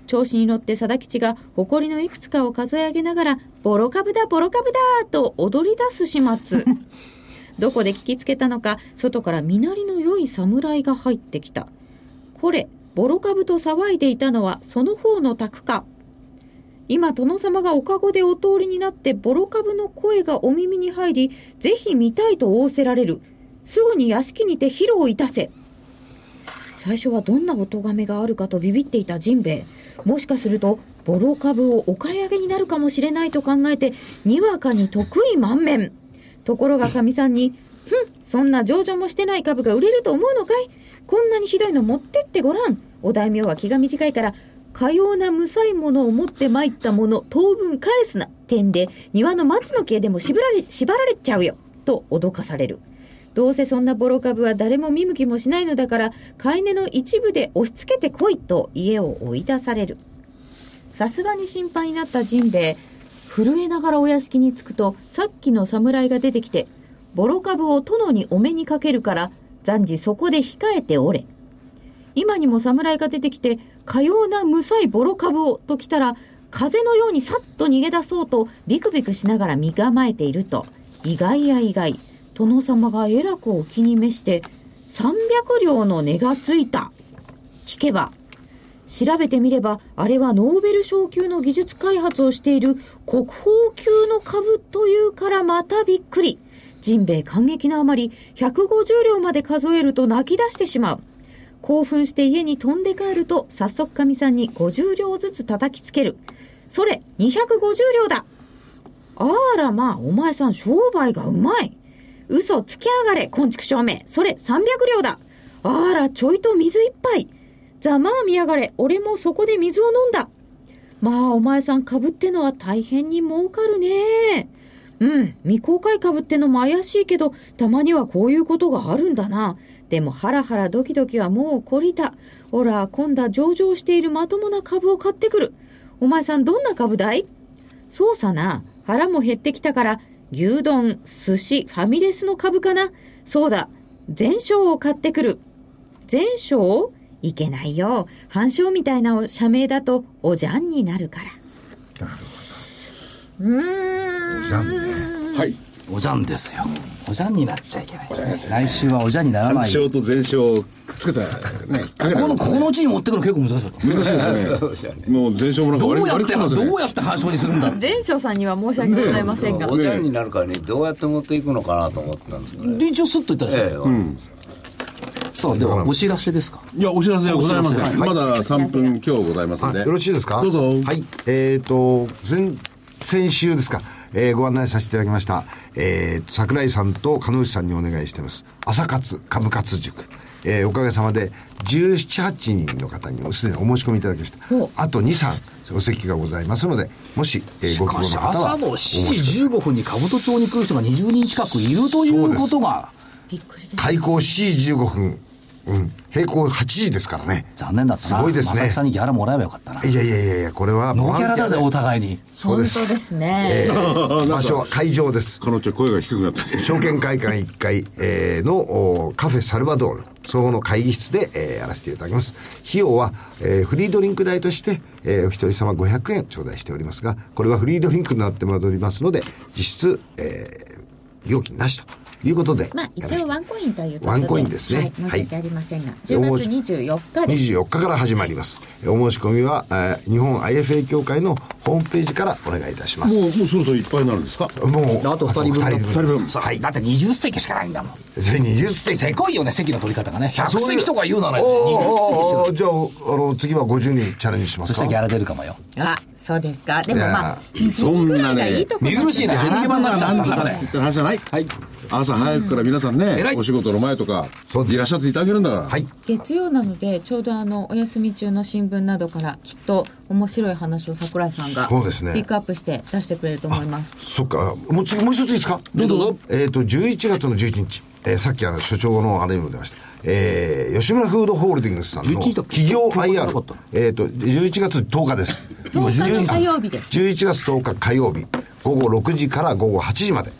調子に乗って貞吉が誇りのいくつかを数え上げながら「ボロ株だボロ株だ!」と踊り出す始末 (laughs) どこで聞きつけたのか外から身なりの良い侍が入ってきたこれボロ株と騒いでいたのはその方の宅か今殿様がおかごでお通りになってボロ株の声がお耳に入りぜひ見たいと仰せられるすぐに屋敷にて披露いたせ最初はどんなお咎めがあるかとビビっていたジンベエもしかするとボロ株をお買い上げになるかもしれないと考えてにわかに得意満面ところがかみさんに「ふんそんな上場もしてない株が売れると思うのかいこんなにひどいの持ってってごらんお大名は気が短いからかような無才者を持って参ったもの当分返すな」点で庭の松の木でも縛られ縛られちゃうよと脅かされるどうせそんなボロ株は誰も見向きもしないのだから買い値の一部で押し付けてこいと家を追い出されるさすがに心配になったジンベエ震えながらお屋敷に着くとさっきの侍が出てきて「ボロ株を殿にお目にかけるから暫時そこで控えておれ」今にも侍が出てきて「かような無才ボロ株を」と来たら風のようにさっと逃げ出そうとビクビクしながら身構えていると意外や意外殿様がえらくお気に召して300両の値がついた聞けば調べてみればあれはノーベル賞級の技術開発をしている国宝級の株というからまたびっくりジンベエ感激のあまり150両まで数えると泣き出してしまう興奮して家に飛んで帰ると早速かみさんに50両ずつ叩きつけるそれ250両だあらまあお前さん商売がうまい嘘つきやがれ昆虫証明それ300両だあらちょいと水一杯ざまあ見やがれ俺もそこで水を飲んだまあお前さん株ってのは大変に儲かるねうん未公開株ってのも怪しいけどたまにはこういうことがあるんだなでもハラハラドキドキはもう懲りたほら今度は上場しているまともな株を買ってくるお前さんどんな株だいそうさな腹も減ってきたから牛丼寿司ファミレスの株かなそうだ全勝を買ってくる全勝いけないよ半勝みたいな社名だとおじゃんになるからうーん
じゃんね。
はい。
おじゃんですよおじゃんになっちゃいけないですね来週はおじゃんになら
暗
ないこ
勝と前勝をくっつけた、ね、引っ掛けた
このここのうちに持ってくの結構難しかった
難しいですね。もう前勝もなんか
どうやっ
割り
て
切ますね。
どうやって反証にするんだ
前哨さんには申し訳ございませんが。
おじゃんになるからねどうやって持っていくのかなと思ったんですけどね
で一応スッといったでしょ、
ええ
さあではお知らせですか
いや、お知らせはございません。まだ3分今日ございますん
あ
で。
よろしいですか
どうぞ。
はい。えっ、と、先、先週ですか。えーご案内させていただきました、えー桜井さんと鹿野内さんにお願いしてます朝活株活塾えーおかげさまで17、8人の方にもすでにお申し込みいただきました。あと2、3、お席がございますので、もし、えーご希望の
し
方
かし
は
朝の7時15分に兜町に来る人が20人近くいるということが、
開校7時15分、うん、閉校8時ですからね。
残念だったな。
すごいですね
正木さんにギャラもらえばよかったな。
いやいやいやいや、これは
ノーギャラだぜ、お互いに。
そうです
本 (laughs) 当ですね。
場所は会場です。
彼女声が低くなってきて
証券会館1階、えーのおカフェサルバドール総合の会議室で、えーやらせていただきます。費用は、えーフリードリンク代として、えーお一人様500円頂戴しておりますが、これはフリードリンクになってもらっておりますので、実質、えー料金なしということで。
まあ、
やらせ
一
て
応ワンコインということで。
ワンコインですね
はい、申し
はい
訳ありませんが、
お
10
申
月
し
24日です。
24日から始まります。お申し込みは、えー日本 IFA 協会のホームページからお願いいたします。
もうもうそろそろいっぱいになるんですか
もう、
あと二人分だ
あと二人分。
さだって20席しかないんだもん。
全20席。
せこいよね、席の取り方がね。100
そういう
席とか言うなら、
おー
20席し
おーお
よ
ーじゃあ、あの、次は50にチャレンジしま
そ
す
した
から
ギャラ出るかもよ。
あ、そうですか。でも
いや
まあ、
そんな
がい
ね
いとこ
見苦しいね、手抜け場になっちゃ
な
っ
ん
たんだ
とか
ね
ねって話じゃない、朝早くから皆さんね、
偉い
お仕事の前とか
そうです
いらっしゃっていただけるんだから、
はい。
月曜なので、ちょうどあの、お休み中の新聞などから、きっと面白い話を桜井さんが、
そうですね
ピックアップして出してくれると思います。
そっか、もう次、もう一ついいですか
どうぞどうぞ。
えっ、と、11月の11日、えーさっきあの、所長のあれにも出ました、えー、吉村フードホールディングスさんの
11日だっけ
企業
今日今日
IR
なかったの、
えっ、と、11月10日です。
今10日の
11
火曜日です
11月10日火曜日、午後6時から午後8時まで、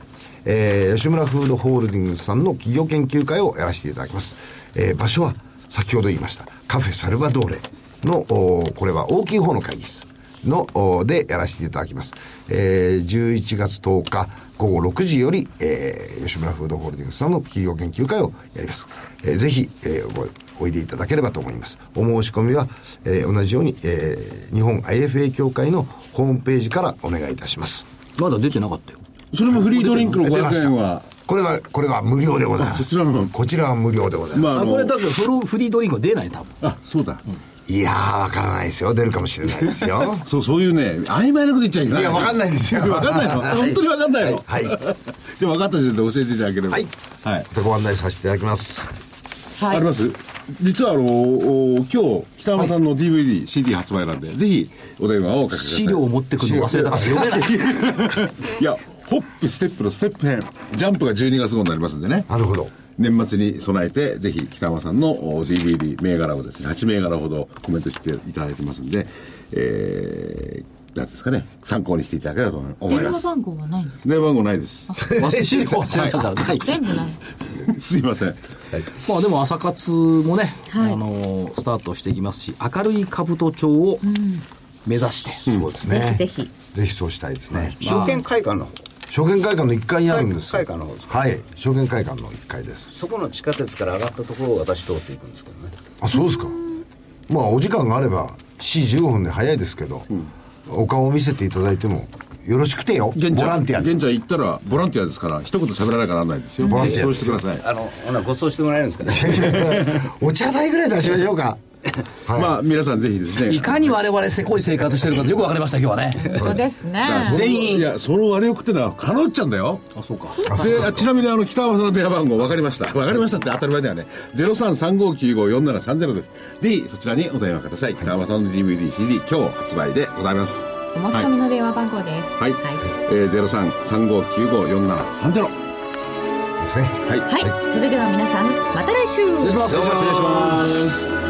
えー、吉村フードホールディングスさんの企業研究会をやらせていただきます。えー、場所は、先ほど言いました、カフェサルバドーレの、おーこれは大きい方の会議室の、おーでやらせていただきます。えー、11月10日、午後6時より、えー、吉村フードホールディングスさんの企業研究会をやります。えー、ぜひ、えー、ごおいでいただければと思います。お申し込みは、えー同じように、えー日本 IFA 協会のホームページからお願いいたします。
まだ出てなかったよ。
それもフリードリンクの
出ま
500
し
円は
た。これは、これは無料でございま
あ
す。
そちらの方
こちらは無料でございます。
まあ
あ、
あの
これだけどフル、フリードリンクは出ない、多分。
あそうだ、
いやー、わからないですよ。出るかもしれないですよ。
そうそういうね曖昧なこと言っちゃいけない
いやわかんないんですよ
わかんないの本当にわかんないの
はいはい
じゃあ分かった時点で教えていただければ
はい
はい
ご案内させていただきます。
あります実はあのお今日北山さんの DVD、CD 発売なんでぜひお電話をおかけください
資料を持ってくるの忘れたから読めない。
いやホップステップのステップ編ジャンプが12月号になりますんでね
なるほど。
年末に備えてぜひ北山さんのお DVD 銘柄をですね8銘柄ほどコメントしていただいてますんでえー、なんですかね参考にしていただければと思い
電
ま
話
す
番号はないんです
電話番号ないです
忘れ資料忘れたから。はい。
全部ない
(laughs) すいません。
まあでも朝活もね、
はい
あのースタートしていきますし、明るい兜町を目指して、
そうですね。
ぜひぜ。
ぜひそうしたいですね。
証券会館の方
証券会館の1階にあるんですよ
会館の方ですか
はい。証券会館の1階です。
そこの地下鉄から上がったところを私通っていくんですけどね
あ、そうですか。まあ、お時間があれば、4時15分で早いですけど、お顔を見せていただいても、よろしくてよ。
現
ボランティアで。
現地行ったら、ボランティアですから、一言喋らないからなんないですよ。
ボランティア
そうしてください。
あのほなご馳走してもらえるんですかね
お茶代ぐらい出しましょうか。はい
まあ、皆さんぜひですね。
いかに我々せこい生活してるかよくわかりました、今日はね。
そうですね。
全員
いや、その悪欲ってのは、かのっちゃんだよ。あ、そうか。で、ちなみに、あの、北浜さんの電話番号、分かりました。分かりましたって当たり前だよね。0335954730です。ぜひ、そちらにお電話ください。北浜さんの DVD、CD、今日発売でございます。
お申し込みの電話番号です。
はい。えー、0335954730。
ですね。
はい。
はい、それでは皆さん、また来週。
失礼します。
どうも失礼します。